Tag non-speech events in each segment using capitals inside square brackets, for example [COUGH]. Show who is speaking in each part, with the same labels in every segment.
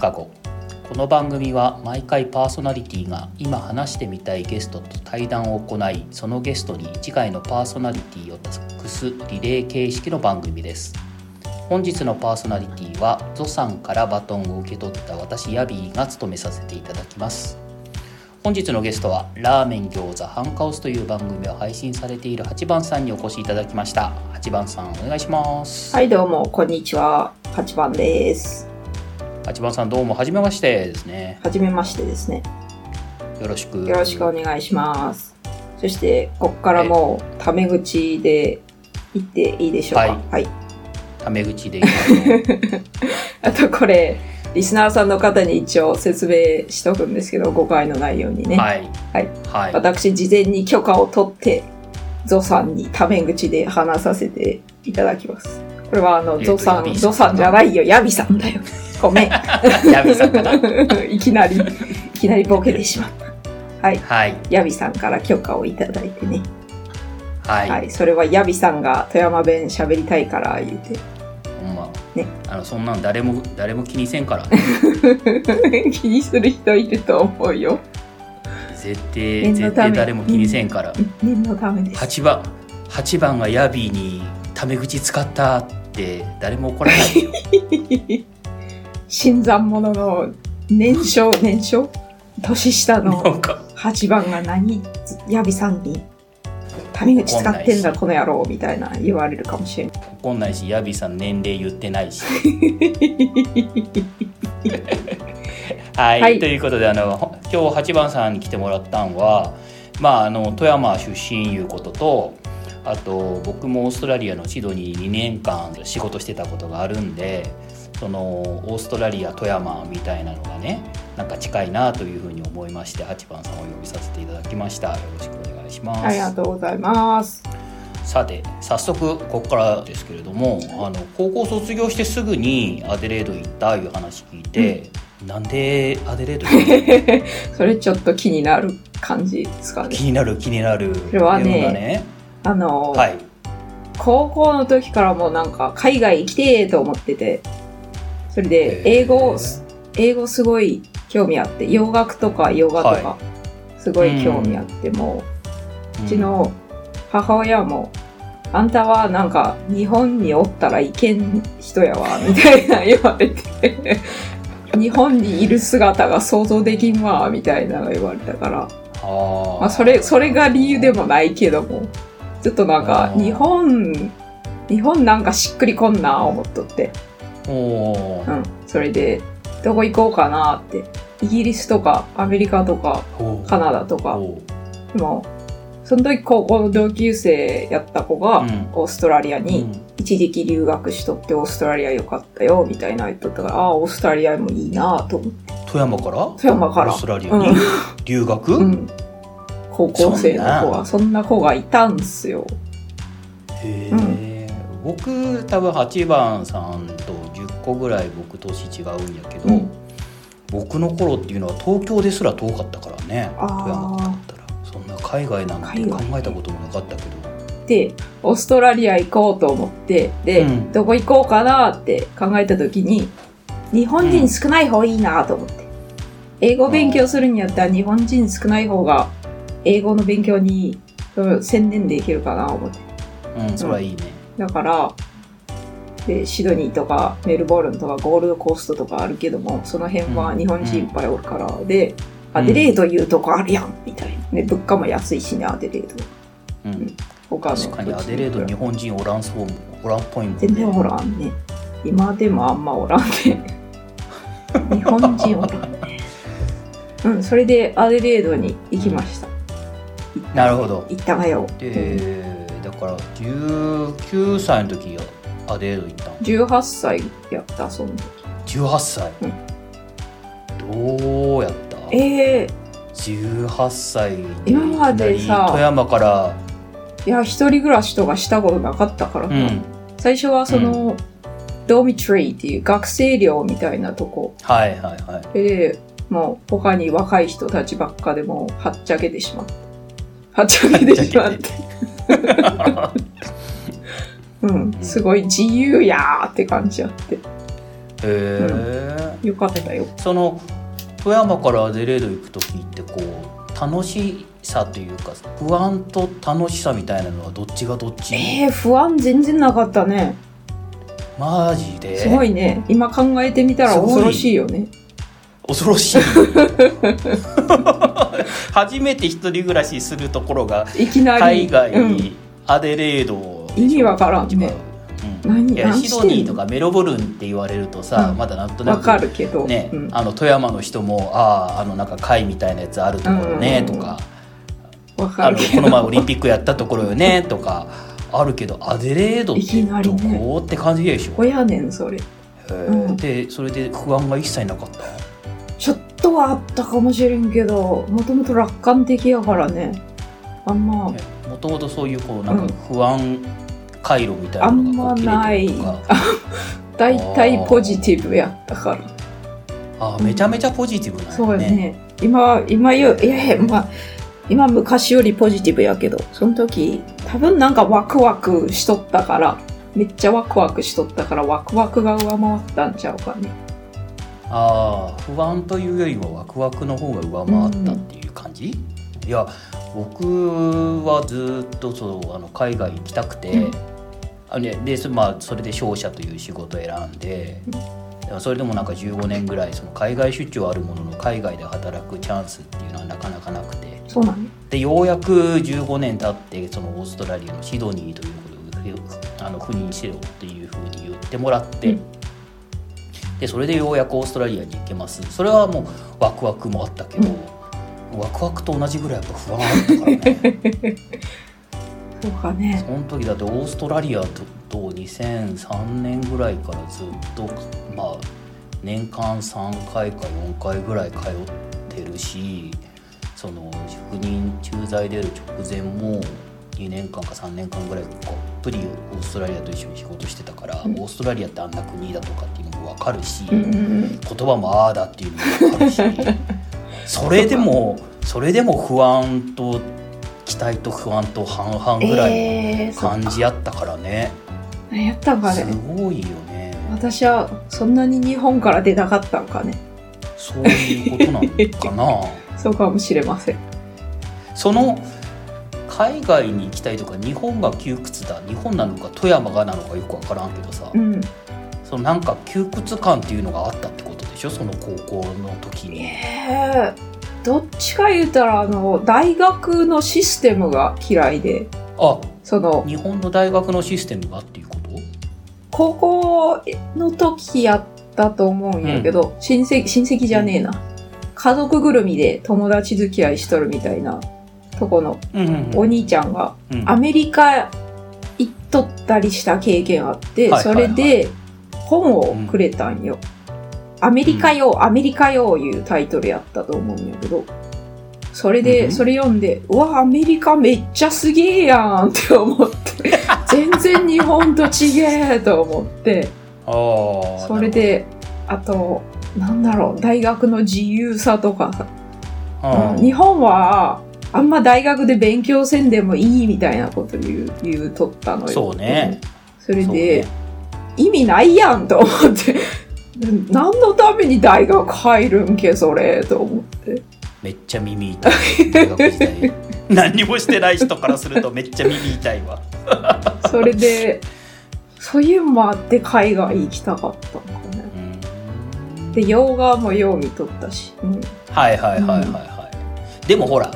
Speaker 1: カゴこの番組は毎回パーソナリティが今話してみたいゲストと対談を行いそのゲストに次回のパーソナリティを託すリレー形式の番組です本日のパーソナリティはゾさんからバトンを受け取った私ヤビーが務めさせていただきます本日のゲストはラーメン餃子ハンカオスという番組を配信されている8番さんにお越しいただきました8番さんお願いします
Speaker 2: はい、どうも、こんにちは。八番です。
Speaker 1: 8番さんどうも初めましてですね
Speaker 2: はじめましてですね。
Speaker 1: よろしく
Speaker 2: よろしくお願いします。そして、ここからもう、タメ口で言っていいでしょうか。はい。
Speaker 1: タメ口で言
Speaker 2: [LAUGHS]
Speaker 1: いましょう
Speaker 2: あと、これ、リスナーさんの方に一応説明しとくんですけど、誤解のないようにね。
Speaker 1: はい
Speaker 2: はい
Speaker 1: はい
Speaker 2: 私、事前に許可を取って、ゾさんにタメ口で話させていただきます。これは、あ
Speaker 1: えっ
Speaker 2: の、
Speaker 1: と
Speaker 2: ゾさ
Speaker 1: ヤ
Speaker 2: ん、
Speaker 1: ビ
Speaker 2: ゾさんじゃないよ、ヤビさんだよ。ごめん。 [LAUGHS]
Speaker 1: ヤビさんかな
Speaker 2: いきなり、いきなりボケてしまった。はい。
Speaker 1: はい
Speaker 2: ヤビさんから許可をいただいてね。
Speaker 1: はい、
Speaker 2: はい。それはヤビさんが富山弁喋りたいから言う
Speaker 1: ほんま、
Speaker 2: ね
Speaker 1: あのそんなん誰も誰も気にせんから
Speaker 2: て。気にする人いると思うよ。
Speaker 1: 絶対
Speaker 2: 念のため
Speaker 1: 絶対誰も気にせんから
Speaker 2: 念のためです。
Speaker 1: 8番八番がヤビーにタメ口使ったって誰も怒らない
Speaker 2: [LAUGHS]
Speaker 1: よ
Speaker 2: 新参者の年少、年少年下
Speaker 1: な
Speaker 2: の
Speaker 1: んか
Speaker 2: 8番が何ヤビさんに。タメ口使ってんだこの野郎みたいな言われるかもしれない。
Speaker 1: 怒んないしヤビーさん年齢言ってない
Speaker 2: [LAUGHS]
Speaker 1: しはい、
Speaker 2: はい
Speaker 1: ということであのほ今日八番さんに来てもらったんはまああの富山出身いうこととあと僕もオーストラリアのシドニーに2年間仕事してたことがあるんでそのオーストラリア富山みたいなのがねなんか近いなというふうに思いまして八番さんをお呼びさせていただきましたよろしくお願いします。
Speaker 2: ありがとうございます。
Speaker 1: さて早速ここからですけれどもあの高校卒業してすぐにアデレード行ったいう話聞いて、なんでアデレード行っ
Speaker 2: それちょっと気になる感じですか
Speaker 1: た [LAUGHS]
Speaker 2: ね
Speaker 1: 気。になる気になる
Speaker 2: れはね
Speaker 1: っていうのがね
Speaker 2: あの、
Speaker 1: はい
Speaker 2: 高校の時からもうなんか海外行きてーと思ってて、それで
Speaker 1: えー
Speaker 2: 英語、英語すごい興味あって、洋楽とかヨガとか
Speaker 1: は
Speaker 2: すごい興味あって、もううちの母親も、あんたはなんか日本におったらいけん人やわ、みたいな言われて、日本にいる姿が想像できんわ、みたいなの言われたから、
Speaker 1: うんあー
Speaker 2: まあ、それそれが理由でもないけどもちょっとなんか
Speaker 1: あー
Speaker 2: 日本日本なんかしっくりこんな思っとって、
Speaker 1: お
Speaker 2: う
Speaker 1: ー
Speaker 2: ん、それでどこ行こうかなってイギリスとかアメリカとか
Speaker 1: おー
Speaker 2: カナダとか
Speaker 1: おー
Speaker 2: でもその時高校の同級生やった子が、
Speaker 1: うん
Speaker 2: オーストラリア
Speaker 1: う
Speaker 2: に
Speaker 1: ん
Speaker 2: 一時期留学しとってオーストラリアよかったよみたいな言っとったからああーオーストラリアもいいなと思って
Speaker 1: 富山から富
Speaker 2: 山から
Speaker 1: オーストラリアに、
Speaker 2: うん
Speaker 1: 留学、
Speaker 2: うん、高校生の子はそんな子がいたんすよ
Speaker 1: へえ、僕多分8番さんと10個ぐらい僕年違うんやけど、
Speaker 2: うん
Speaker 1: 僕の頃っていうのは東京ですら遠かったからね
Speaker 2: あー
Speaker 1: 富山からだったらそんな海外なんて
Speaker 2: 海
Speaker 1: 考
Speaker 2: 外
Speaker 1: えたこともなかったけど
Speaker 2: でオーストラリア行こうと思ってで、
Speaker 1: うん
Speaker 2: どこ行こうかなって考えた時に日本人少ない方いいなと思って、英語勉強するにあったら日本人少ない方が英語の勉強にうん専念できるかな思って
Speaker 1: うんそれはいいね、
Speaker 2: だからでシドニーとかメルボルンとかゴールドコーストとかあるけどもその辺は日本人いっぱいおるから、でアデレードいうとこあるやんみたいな、ね、物価も安いしねアデレード
Speaker 1: うん
Speaker 2: 他の
Speaker 1: 確かにアデレード日本人おらんそうもんおらんっぽいもんね
Speaker 2: 全然おらんね。今でもあんまおらんね。日本人おらんね。うん、それでアデレードに行きました。
Speaker 1: なるほど
Speaker 2: 行ったがよ。うん
Speaker 1: でだから19歳の時アデレード行ったの
Speaker 2: 18歳やった、その時。
Speaker 1: 18歳、どうやった
Speaker 2: ええ
Speaker 1: 18歳で
Speaker 2: 今までさ
Speaker 1: いきなり富山から、
Speaker 2: いや、一人暮らしとかしたことなかったから
Speaker 1: う
Speaker 2: な、
Speaker 1: ん、
Speaker 2: 最初はその、ドミトリーっていう学生寮みたいなとこ。
Speaker 1: はいはいはい
Speaker 2: で、もう他に若い人たちばっかでもうはっちゃけてしまって。はっちゃけてしまって。うん、すごい自由やーって感じあって。
Speaker 1: へえ、
Speaker 2: よかったよ。
Speaker 1: その富山からアデレード行く時ってこう楽しさというか不安と楽しさみたいなのはどっちがどっち、
Speaker 2: えー、不安全然なかったね。
Speaker 1: マジです
Speaker 2: ごいね。今考えてみたら恐ろしいよね。
Speaker 1: 恐ろしい初めて一人暮らしするところが
Speaker 2: いきなり。
Speaker 1: 海外
Speaker 2: うん、
Speaker 1: にアデレードでしょ
Speaker 2: 意味わからんね
Speaker 1: うん
Speaker 2: 何
Speaker 1: いや
Speaker 2: 何
Speaker 1: シ
Speaker 2: し
Speaker 1: ド
Speaker 2: てんの
Speaker 1: ニーとかメロブルンって言われるとさ、
Speaker 2: うん
Speaker 1: まだなんとな
Speaker 2: わ
Speaker 1: く
Speaker 2: かるけど。
Speaker 1: ね
Speaker 2: うん
Speaker 1: あの富山の人もあああのなんか貝みたいなやつあるところね
Speaker 2: うん
Speaker 1: とか、
Speaker 2: わか
Speaker 1: あ
Speaker 2: る
Speaker 1: の
Speaker 2: け
Speaker 1: こ
Speaker 2: ど。
Speaker 1: の前オリンピックやったところよねとかあるけどアデレードっ
Speaker 2: い
Speaker 1: て
Speaker 2: きなり
Speaker 1: ど
Speaker 2: ね
Speaker 1: こ、って感じでしょ、へ
Speaker 2: 親ねん、それ。
Speaker 1: え
Speaker 2: うん
Speaker 1: でそれで不安が一切なかった
Speaker 2: ちょっとはあったかもしれんけど、もともと楽観的やからね。あんま、
Speaker 1: もともとそういうこうなんか不安回路みたい
Speaker 2: あ
Speaker 1: なんのが
Speaker 2: ま
Speaker 1: こう切れ
Speaker 2: な
Speaker 1: て
Speaker 2: い
Speaker 1: るとか。
Speaker 2: だいたいポジティブやったから。
Speaker 1: あめちゃめちゃポジティブなんやね
Speaker 2: そうよね。今、今言う、いやいや、まあ、今昔よりポジティブやけど、その時、多分なんかワクワクしとったから、めっちゃワクワクしとったから、ワクワクが上回ったんちゃうかね。
Speaker 1: ああ不安というよりはワクワクの方が上回ったっていう感じ、いや僕はずっとそうあの海外行きたくて、
Speaker 2: うん
Speaker 1: あね、でそ,、まあ、それで商社という仕事を選んで、でもそれでもなんか15年ぐらいその海外出張はあるものの海外で働くチャンスっていうのはなかなかなくて
Speaker 2: そうなんね
Speaker 1: でようやく15年経ってそのオーストラリアのシドニーということであの赴任しろっていうふうに言ってもらって、
Speaker 2: うん
Speaker 1: でそれでようやくオーストラリアに行けますそれはもうワクワクもあったけど、ワクワクと同じぐらいやっぱ不安あったからね
Speaker 2: そうかね。
Speaker 1: その時だってオーストラリアとと2003年ぐらいからずっとまあ年間3回か4回ぐらい通ってるしその赴任駐在出る直前も2年間か3年間ぐらいがっぷりオーストラリアと一緒に仕事してたから、
Speaker 2: うん
Speaker 1: オーストラリアってあんな国だとかっていうのも分かるし、
Speaker 2: うんうんうん。
Speaker 1: 言葉もああだっていうのも分かるしそれでもそれでも不安と期待と不安と半々ぐらい
Speaker 2: えー、
Speaker 1: の
Speaker 2: そっ
Speaker 1: 感
Speaker 2: か。
Speaker 1: じやったからね、
Speaker 2: 何やったんか
Speaker 1: す
Speaker 2: ね。
Speaker 1: ごいよね
Speaker 2: 私はそんなに日本から出なかったんかね。
Speaker 1: そういうことなのかな [LAUGHS]
Speaker 2: そうかもしれません。
Speaker 1: その海外に行きたいとか日本が窮屈だ日本なのか富山がなのかよく分からんけどさ、
Speaker 2: うん。
Speaker 1: そのなんか窮屈感っていうのがあったってことでしょその高校の時に。
Speaker 2: えー、どっちか言うたら、あの、大学のシステムが嫌いで、
Speaker 1: あ
Speaker 2: その、
Speaker 1: 日本の大学のシステムがっていうこと
Speaker 2: 高校の時やったと思うんやけど、親戚、親戚じゃねえな。家族ぐるみで友達付き合いしとるみたいなとこの
Speaker 1: うんうんうん
Speaker 2: お兄ちゃんが
Speaker 1: うん
Speaker 2: アメリカ行っとったりした経験あって、
Speaker 1: はいはい
Speaker 2: そ
Speaker 1: はい
Speaker 2: れで本をくれたんよ。アメリカよ、アメリカよいうタイトルやったと思うんやけど、それ
Speaker 1: うん
Speaker 2: で、それ読んで、うわ、アメリカめっちゃすげえやんって思
Speaker 1: [LAUGHS]
Speaker 2: って、全然日本と違えと思って、
Speaker 1: あー
Speaker 2: それで、あと、なんだろう、大学の自由さとかさ、
Speaker 1: なるほど
Speaker 2: 日本はあんま大学で勉強せんでもいいみたいなこと言う言うとったのよ。
Speaker 1: そうね。
Speaker 2: それ
Speaker 1: そう
Speaker 2: で、
Speaker 1: ね
Speaker 2: 意味ないやんと思って。何のために大学入るんけそれと思って
Speaker 1: めっちゃ耳痛 [LAUGHS] い大学時代何にもしてない人からするとめっちゃ耳痛いわ
Speaker 2: それでそういうのもあって海外行きたかったのかね
Speaker 1: うん
Speaker 2: で洋画もよう見とったし、うん
Speaker 1: はいはいはいはいはい、でもほら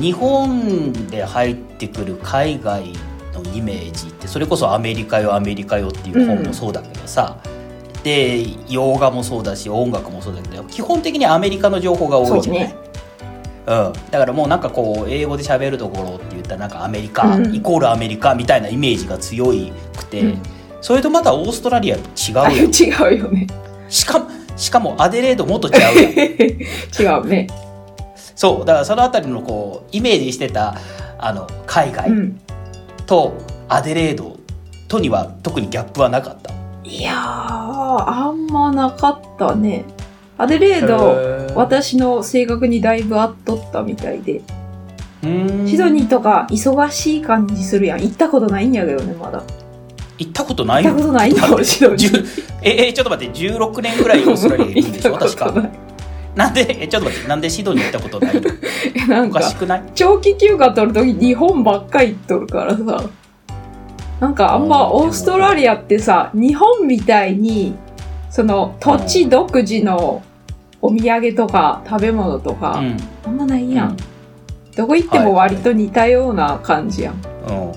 Speaker 1: 日本で入ってくる海外のイメージってそれこそ「アメリカよアメリカよ」っていう本もそうだけどさ、で洋画もそうだし音楽もそうだけど基本的にアメリカの情報が多いじゃない
Speaker 2: そうね
Speaker 1: うん、だからもうなんかこう英語で喋るところって言ったらなんかアメリカ、
Speaker 2: うん
Speaker 1: イコールアメリカみたいなイメージが強いくて、
Speaker 2: うん
Speaker 1: それとまたオーストラリア違
Speaker 2: あ
Speaker 1: う
Speaker 2: れ
Speaker 1: よ
Speaker 2: 違うよね [LAUGHS]
Speaker 1: しかもしかもアデレードもっと違うよ
Speaker 2: 違うね
Speaker 1: そうだからそのあたりのこうイメージしてたあの海
Speaker 2: う
Speaker 1: 外
Speaker 2: ん
Speaker 1: とアデレードとには特にギャップはなかった。
Speaker 2: いやーあんまなかったねアデレード私の性格にだいぶ合っとったみたいで、シドニーとか忙しい感じするやん行ったことないんやけどねまだ
Speaker 1: 行ったことない
Speaker 2: 行ったことないんだ、オーシドニ
Speaker 1: じゅ
Speaker 2: ー。
Speaker 1: ええちょっと待って16年ぐらいオーストラリアにいるんでしょ
Speaker 2: [LAUGHS] 行った
Speaker 1: 確
Speaker 2: こと
Speaker 1: か
Speaker 2: ない
Speaker 1: なんでえちょっと待ってなんでシドニー行ったこと
Speaker 2: [LAUGHS]
Speaker 1: ないの
Speaker 2: えな
Speaker 1: お
Speaker 2: ん
Speaker 1: か
Speaker 2: か
Speaker 1: し、くない
Speaker 2: 長期休暇取るとき日本ばっか行っとるからさ。なんかあんまオーストラリアってさ、日本みたいに、その土地独自のお土産とか食べ物とか、
Speaker 1: うん
Speaker 2: あんまないやん。
Speaker 1: うん
Speaker 2: どこ行っても割と似たような感じやん。
Speaker 1: うん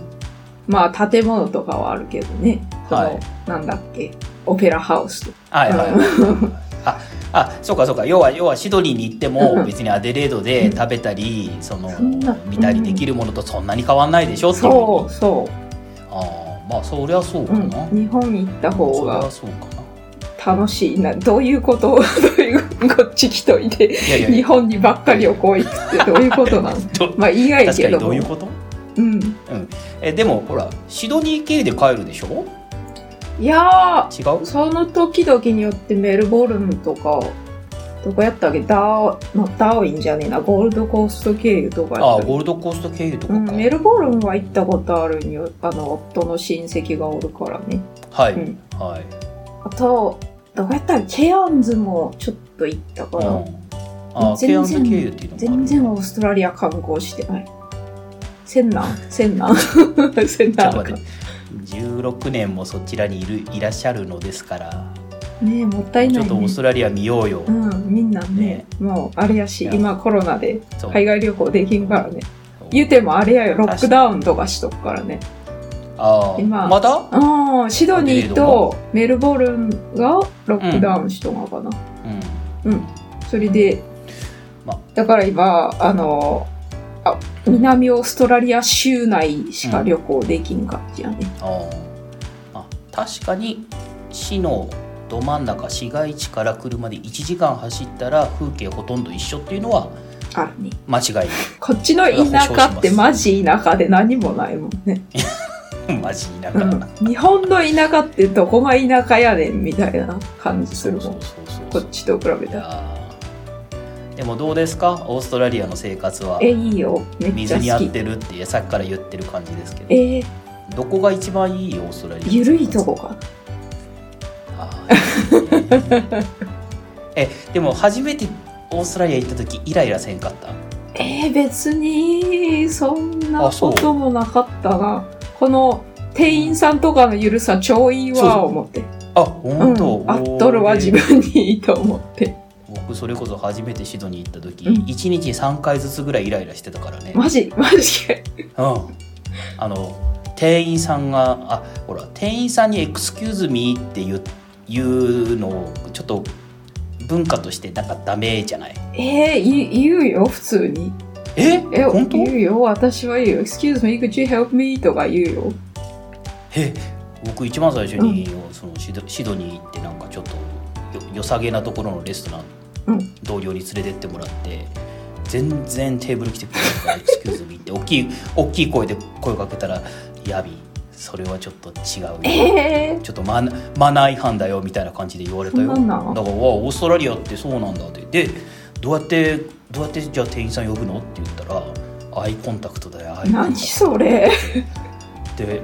Speaker 2: まあ建物とかはあるけどね。その、
Speaker 1: はい
Speaker 2: なんだっけ、オペラハウスとか。
Speaker 1: はいはいはいああそうかそうか要は要はシドニーに行って
Speaker 2: う
Speaker 1: も
Speaker 2: ん
Speaker 1: 別にアデレードで食べたりその
Speaker 2: そんな
Speaker 1: 見たりできるものとそんなに変わんないでしょっていう
Speaker 2: そうそう。
Speaker 1: ああまあそりゃそうか
Speaker 2: う
Speaker 1: な、
Speaker 2: ん、日本に行った方
Speaker 1: そり
Speaker 2: が
Speaker 1: ゃそうかな
Speaker 2: 楽しいなどういうこと [LAUGHS] どういうこっち来といて
Speaker 1: いやいやい
Speaker 2: 日
Speaker 1: や
Speaker 2: 本にばっかり旅行行くってどういうことなの
Speaker 1: [LAUGHS] ど
Speaker 2: まあ言いがい
Speaker 1: 確か
Speaker 2: け
Speaker 1: に
Speaker 2: ど
Speaker 1: ど
Speaker 2: も
Speaker 1: ういうこと
Speaker 2: うん、
Speaker 1: えでもほらシドニー経由で帰るでしょ
Speaker 2: いや
Speaker 1: 違う
Speaker 2: ーその時々によってメルボルンとかどこやったっけダーのダーウィンじゃねえなゴールドコースト経由とかや
Speaker 1: ああ
Speaker 2: ったっけ
Speaker 1: ゴールドコースト経由とか
Speaker 2: う
Speaker 1: か、
Speaker 2: ん、メルボルンは行ったことあるによあの夫の親戚がおるからね
Speaker 1: はい、
Speaker 2: うん
Speaker 1: はい、
Speaker 2: あとどこやったっけケアンズもちょっと行ったか
Speaker 1: う
Speaker 2: な、
Speaker 1: ん、ああケア
Speaker 2: 全
Speaker 1: ンズ
Speaker 2: 然
Speaker 1: 経由っていうのもある
Speaker 2: 全然オーストラリア観光してない。セン
Speaker 1: [LAUGHS]
Speaker 2: ナーセン [LAUGHS] ナーセン
Speaker 1: ちょ
Speaker 2: ナ
Speaker 1: っと待
Speaker 2: ー
Speaker 1: って16年もそちらにいるいらっしゃるのですから
Speaker 2: ねえ、もったい
Speaker 1: ち
Speaker 2: な
Speaker 1: ょ
Speaker 2: い、
Speaker 1: っとオー
Speaker 2: ね
Speaker 1: ス。トラリア見ようよ、
Speaker 2: うん、みんなね、
Speaker 1: ね
Speaker 2: もうあれやし、
Speaker 1: いや
Speaker 2: 今コロナで
Speaker 1: そう
Speaker 2: 海外旅行できんからね。
Speaker 1: そう
Speaker 2: 言うてもあれやよ、ロックダウンとかしとくからね。
Speaker 1: ああ
Speaker 2: 今
Speaker 1: まだ、
Speaker 2: ああ、シドニーとメルボルンがロックダウンしとんのかな。
Speaker 1: うん、
Speaker 2: それで
Speaker 1: ま、
Speaker 2: だから今、あの、あ南オーストラリア州内しか旅行できん感じやね。
Speaker 1: あーまあ確かに市のど真ん中市街地から車で1時間走ったら風景ほとんど一緒っていうのは
Speaker 2: あるね。
Speaker 1: 間違いない
Speaker 2: こっちの田舎ってマジ田舎で何もないもんね。
Speaker 1: [LAUGHS] マジ田舎
Speaker 2: う
Speaker 1: だ
Speaker 2: ん
Speaker 1: な、、
Speaker 2: 日本の田舎ってどこが田舎やねんみたいな感じするもん。
Speaker 1: そうそうそうそ
Speaker 2: こ
Speaker 1: う
Speaker 2: っちと比べ
Speaker 1: い
Speaker 2: たら。
Speaker 1: やーでもどうですかオーストラリアの生活は
Speaker 2: え、いいよ。めっち
Speaker 1: 水
Speaker 2: ゃ
Speaker 1: に合
Speaker 2: 好
Speaker 1: っ
Speaker 2: き。
Speaker 1: てるってさっきから言ってる感じですけど
Speaker 2: えー、
Speaker 1: どこが一番いいオーストラリアの生活
Speaker 2: ゆるいとこかな。
Speaker 1: あー [LAUGHS] えでも初めてオーストラリア行った時イライラせんかった
Speaker 2: えー、別に、そんな
Speaker 1: あそう
Speaker 2: こともなかったな。この店員さんとかのゆるさ超いい
Speaker 1: そ
Speaker 2: わ、
Speaker 1: う
Speaker 2: 思って。
Speaker 1: あ
Speaker 2: う
Speaker 1: 本当、
Speaker 2: ん。あっとるわ、自分にいいと思って。
Speaker 1: 僕それこそ初めてシドニー行った時、
Speaker 2: うん
Speaker 1: 一1日3回ずつぐらいイライラしてたからね、
Speaker 2: マジ、マジかよ。
Speaker 1: うん、あの店員さんがあほら店員さんに「エクスキューズミー」って言う言うのをちょっと文化としてなんかダメじゃない
Speaker 2: えー、言う言うよ、普通に。
Speaker 1: え
Speaker 2: え、
Speaker 1: 本当
Speaker 2: 言うよ、私は言うよ。Excuse me, could you help me? とか言うよ。
Speaker 1: え僕一番最初に、そのシドシドニー行ってなんかちょっとよ良さげなところのレストラン、
Speaker 2: うん
Speaker 1: 同僚に連れてってもらって全然テーブル来てくれないから「エクスキューズミー」って大きい大きい声で声かけたら「やびそれはちょっと違うよ」
Speaker 2: えー、
Speaker 1: ちょっとマナマナー違反だよみたいな感じで言われたよだ
Speaker 2: そ
Speaker 1: か
Speaker 2: ん
Speaker 1: ら
Speaker 2: な
Speaker 1: わ
Speaker 2: んなん
Speaker 1: あオーストラリアってそうなんだってでどうやってどうやってじゃあ店員さん呼ぶのって言ったらアイコンタクトだよアイコンタク
Speaker 2: 何それ
Speaker 1: トで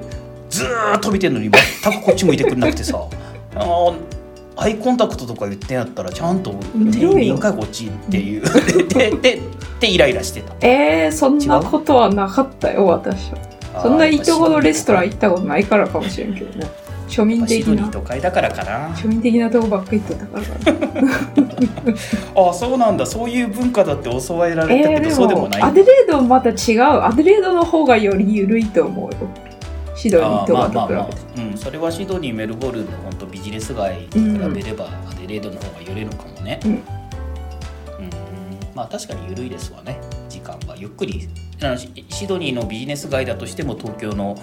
Speaker 1: ずーっと見てるのに全くこっち向いてくれなくて
Speaker 2: [LAUGHS]
Speaker 1: さあーアイコンタクトとか言ってんやったらちゃんと
Speaker 2: 見
Speaker 1: 店
Speaker 2: ろよ
Speaker 1: 員に一回こっちっていう
Speaker 2: [LAUGHS]
Speaker 1: ででででイライラしてた
Speaker 2: えー、そんなことはなかったよ、私は。そんな伊東のレストラン
Speaker 1: ン
Speaker 2: 行ったことないからかもしれんけどね。庶民
Speaker 1: シ
Speaker 2: 的
Speaker 1: ドニー
Speaker 2: な、
Speaker 1: 都会だからかな
Speaker 2: 庶民的なとこばっかり行っとったからかな。
Speaker 1: あそうなんだそういう文化だって教えられたけ
Speaker 2: えー、
Speaker 1: ど、
Speaker 2: で
Speaker 1: そうで
Speaker 2: も
Speaker 1: もないんだ
Speaker 2: アデレードまた違う。アデレードの方がより緩いと思うよ。シドニーと
Speaker 1: まあ
Speaker 2: か
Speaker 1: まあ
Speaker 2: と比
Speaker 1: ま
Speaker 2: べ
Speaker 1: あ
Speaker 2: て。、
Speaker 1: うん、それはシドニーメルボルンの本当ビジネス街に比べれば、アデレードの方が緩いのかもね、
Speaker 2: うん
Speaker 1: うんまあ確かに緩いですわね時間はゆっくりあのシシドニーのビジネス街だとしても東京の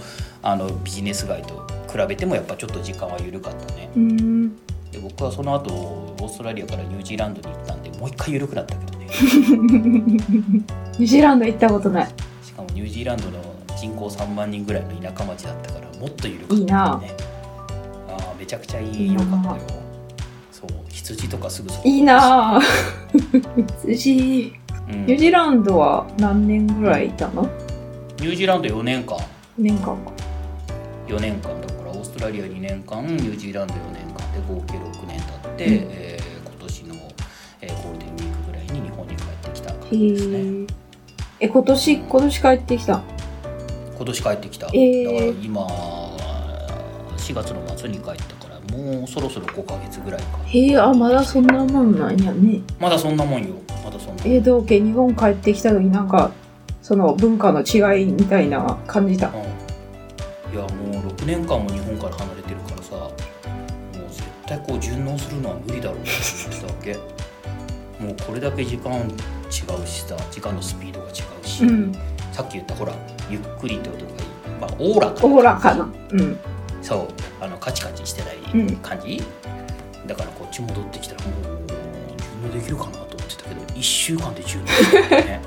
Speaker 1: あのビジネス街と比べてもやっぱちょっと時間は緩かったね
Speaker 2: うーん。 [LAUGHS]
Speaker 1: で僕はその後オーストラリアからニュージーランドに行ったんでもう一回緩くなったけどね
Speaker 2: ニュージーランド行ったことない。
Speaker 1: しかもニュージーランドの人口3万人ぐらいの田舎町だったからもっと緩かった、ね、
Speaker 2: いいな
Speaker 1: あーめちゃくちゃいいよかったよそう羊とかすぐそこ
Speaker 2: いいな [LAUGHS] ぁ。辻
Speaker 1: うん
Speaker 2: ニュー
Speaker 1: ニュ
Speaker 2: ジーランドは何年ぐらいいたの
Speaker 1: ージーランド4年間
Speaker 2: 年間か。
Speaker 1: 4年間だからオーストラリア2年間ニュージーランド4年間で合計6年経って、
Speaker 2: うん
Speaker 1: えー今年の、えーゴールデンウィークぐらいに日本に帰ってきた感
Speaker 2: へ
Speaker 1: じですね
Speaker 2: ーえ、今年、今年帰ってきた。
Speaker 1: 今年帰ってきた、
Speaker 2: ー
Speaker 1: だから今4月の末に帰ったからもうそろそろ5ヶ月ぐらいか
Speaker 2: へえ、あ、まだそんなもんなんやね。
Speaker 1: まだそんなもんよまだそんなもん
Speaker 2: え、どうけ日本帰ってきた時なんか、その文化の違いみたいな感じた。
Speaker 1: うんいやもう6年間も日本から離れてるからさもう絶対こう順応するのは無理だろうなと思ってたわけ [LAUGHS] もうこれだけ時間違うしさ時間のスピードが違うし、
Speaker 2: うん。
Speaker 1: さっき言ったほらゆっくりってことがいいまあおおらか
Speaker 2: おおらかな。うん。
Speaker 1: そうあのカチカチしてな
Speaker 2: う
Speaker 1: い
Speaker 2: ん
Speaker 1: 感じ、だからこっち戻ってきたらもう順応できるかなと思ってたけど1週間で順応したから
Speaker 2: [LAUGHS]
Speaker 1: ね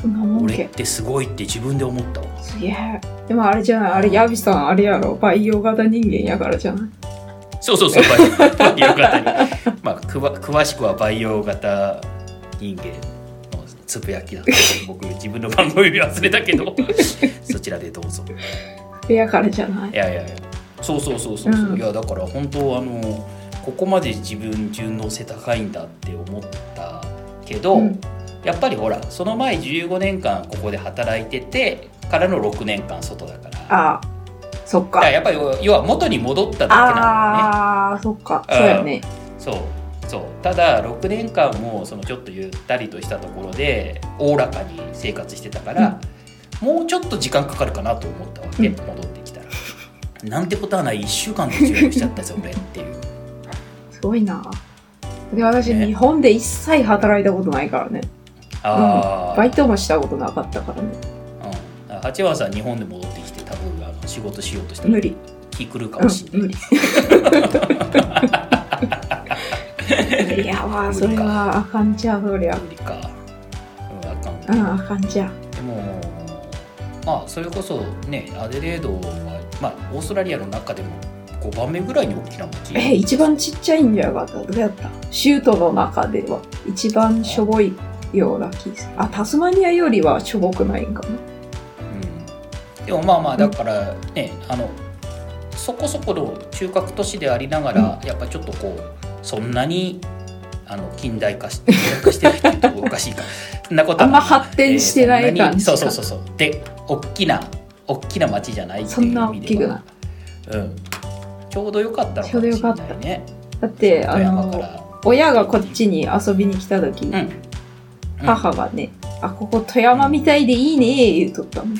Speaker 2: そんなもん
Speaker 1: 俺っ
Speaker 2: け。
Speaker 1: てすごいって自分で思ったわ
Speaker 2: すげえ。でもあれじゃない、あれ、ヤビさん、あれやろ、培養型人間やからじゃない。
Speaker 1: そうそうそう、培養型に。まあ、くわ詳しくは培養型人間のつぶやきだったので僕、自分の番組で忘れたけ
Speaker 2: [LAUGHS]
Speaker 1: ど、そちらでどうぞ。
Speaker 2: やからじゃない
Speaker 1: い。やいやいや、そうそうそうそうそう、
Speaker 2: うん
Speaker 1: いや、だから本当、あの、ここまで自分順応性高いんだって思ったけど、
Speaker 2: うん
Speaker 1: やっぱりほら、その前15年間ここで働いてて、からの6年間外だから。だ
Speaker 2: ああ、そっ
Speaker 1: から
Speaker 2: か。
Speaker 1: やっぱり要は元に戻っただけなんだよね。
Speaker 2: ああ、そっか。そうやね。
Speaker 1: そうそうただ6年間もそのちょっとゆったりとしたところでおおらかに生活してたから、もうちょっと時間かかるかなと思ったわけ、
Speaker 2: うん
Speaker 1: 戻ってきたら。なんてことはない1週間で準備しちゃったぜ俺ってい
Speaker 2: [LAUGHS]
Speaker 1: う
Speaker 2: すごいな。で、私、
Speaker 1: ね
Speaker 2: 日本で一切働いたことないからね。
Speaker 1: ああ、
Speaker 2: バイトもしたことなかったからね。
Speaker 1: うん、八幡さん日本で戻ってきて多分あの仕事しようとしたら
Speaker 2: 無理。
Speaker 1: 気狂うか
Speaker 2: う
Speaker 1: も
Speaker 2: ん
Speaker 1: し、れ
Speaker 2: 無
Speaker 1: ない、
Speaker 2: 理。い [LAUGHS] やまあそれはあかんちゃう、そりゃ。
Speaker 1: 無理か、うん、あかん
Speaker 2: うん、あかんちゃう。
Speaker 1: でもまあそれこそねアデレードは、まあ、オーストラリアの中でも5番目ぐらいに大きな街
Speaker 2: え、一番ちっちゃいんじゃなかったどうやったシュートの中では一番しょぼいような気がする。あ、タスマニアよりはしょぼくないんかな。
Speaker 1: うん、でもまあまあだからね、あのそこそこの中核都市でありながら、やっぱちょっとこうそんなにあの近代化し近代化してないって言うとおかしいか [LAUGHS] そんなこと
Speaker 2: あ
Speaker 1: は
Speaker 2: んま発展してない感じ
Speaker 1: えーそん
Speaker 2: か。
Speaker 1: なにそうそうそうそうで大きな大きな町じゃないっていう意味では
Speaker 2: そんな大きくな
Speaker 1: うん、ちょうどよかったのかもしれないね
Speaker 2: だって、あ
Speaker 1: 富山か
Speaker 2: の、
Speaker 1: ら
Speaker 2: 親がこっちに遊びに来た時、
Speaker 1: うんうん
Speaker 2: 母がね、あ、ここ富山みたいでいいね、言うとったもん。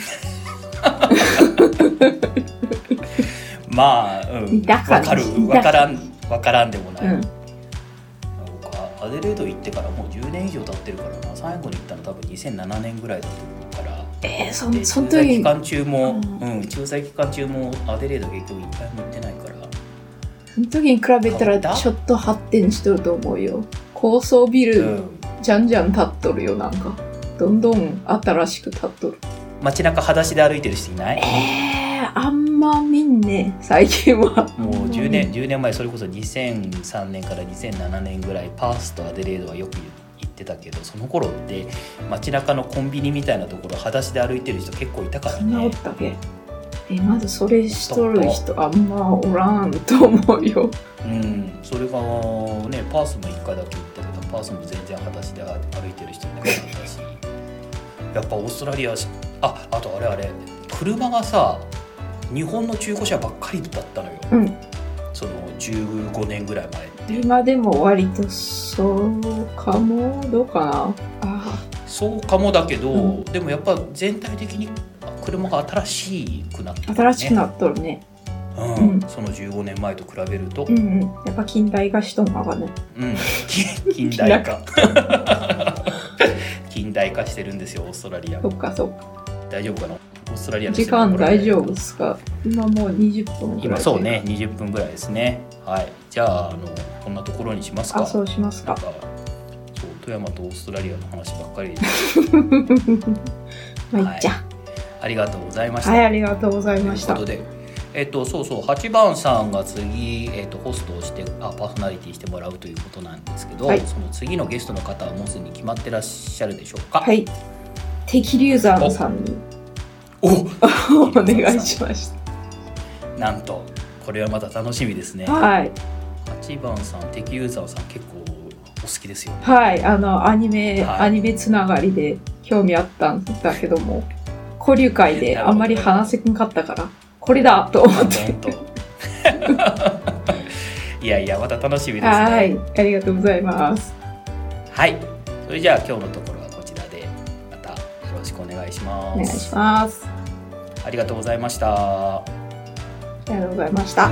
Speaker 1: まあ、うん、
Speaker 2: だから
Speaker 1: わかるわ
Speaker 2: だ
Speaker 1: か
Speaker 2: から
Speaker 1: んわからんでもない、
Speaker 2: うん。
Speaker 1: 僕はアデレード行ってからもう10年以上経ってるからな最後に行ったの多分2007年ぐらいだったから
Speaker 2: えー、そ
Speaker 1: で
Speaker 2: んその
Speaker 1: 駐在期
Speaker 2: 時、
Speaker 1: 間中も、う
Speaker 2: うん
Speaker 1: 駐在期間中もアデレード結局一回も行ってないから
Speaker 2: その時に比べたらちょっと発展しとると思うよ。高層ビ
Speaker 1: う
Speaker 2: ル、
Speaker 1: ん
Speaker 2: じゃんじゃん建っとるよ、なんか。どんどん新しく建っとる。
Speaker 1: 街中裸足で歩いてる人いない
Speaker 2: えー、あんま見んね、最近は。
Speaker 1: もう10年10年前それこそ2003年から2007年ぐらいパースとアデレードはよく行ってたけどその頃って街中のコンビニみたいなところ裸足で歩いてる人結構いたから
Speaker 2: そんなお
Speaker 1: ね
Speaker 2: ったけ。え、まずそれしとる人あんまおらんと思うよ。
Speaker 1: うん、それがねパースも1回だけ行ったけどパースも全然裸足で歩いてる人いなかったしやっぱオーストラリアしああとあれあれ車がさ日本の中古車ばっかりだったのよ、
Speaker 2: うん
Speaker 1: その15年ぐらい前って
Speaker 2: 今でも割とそうかも、どうかな。あ
Speaker 1: そうかもだけど、
Speaker 2: うん
Speaker 1: でもやっぱ全体的に車が新しくなった、
Speaker 2: ー新しくなっとるね。
Speaker 1: うん
Speaker 2: うん
Speaker 1: その15年前と比べると、
Speaker 2: うんうん。やっぱ近代化しとんのがね。
Speaker 1: うん、 [LAUGHS] 近近代化 [LAUGHS] 近代化してるんですよオーストラリア
Speaker 2: そっかそっか。
Speaker 1: 大丈夫かなオーストラリアの人
Speaker 2: 時間大丈夫っすか今もう20分ぐらい。
Speaker 1: 今そう。ね20分ぐらいですねはいじゃああのこんなところにしますか
Speaker 2: あ、そうします
Speaker 1: [LAUGHS] なん
Speaker 2: か
Speaker 1: か。そう富山とオーストラリアの話ばっ
Speaker 2: [LAUGHS]
Speaker 1: かりで
Speaker 2: まあ、いっちゃ。
Speaker 1: ありがとうございました、
Speaker 2: はい、ありがとうございまし
Speaker 1: と
Speaker 2: た
Speaker 1: いうこ。とでえっとそうそう8番さんが次、えっと、ホストをしてあパーソナリティしてもらうということなんですけど、
Speaker 2: はい
Speaker 1: その次のゲストの方はもうすでに決まってらっしゃるでしょうか
Speaker 2: はい。敵流山さんに
Speaker 1: お
Speaker 2: お願いしました。
Speaker 1: なんとこれはまた楽しみですね
Speaker 2: はい。
Speaker 1: 8番さん敵ユーザーさん結構お好きですよね
Speaker 2: はい。あの、アニメ、
Speaker 1: はい
Speaker 2: アニメつながりで興味あったんだけども、交流会であんまり話せなかったから、これだと思っ
Speaker 1: なん
Speaker 2: て。
Speaker 1: と [LAUGHS] いやいやまた楽しみですね
Speaker 2: はい。ありがとうございます。
Speaker 1: はいそれじゃあ今日のところはこちらでまたよろしくお願いし
Speaker 2: お
Speaker 1: ま
Speaker 2: 願い
Speaker 1: す
Speaker 2: します。
Speaker 1: ありがとうございました
Speaker 2: ありがとうございました。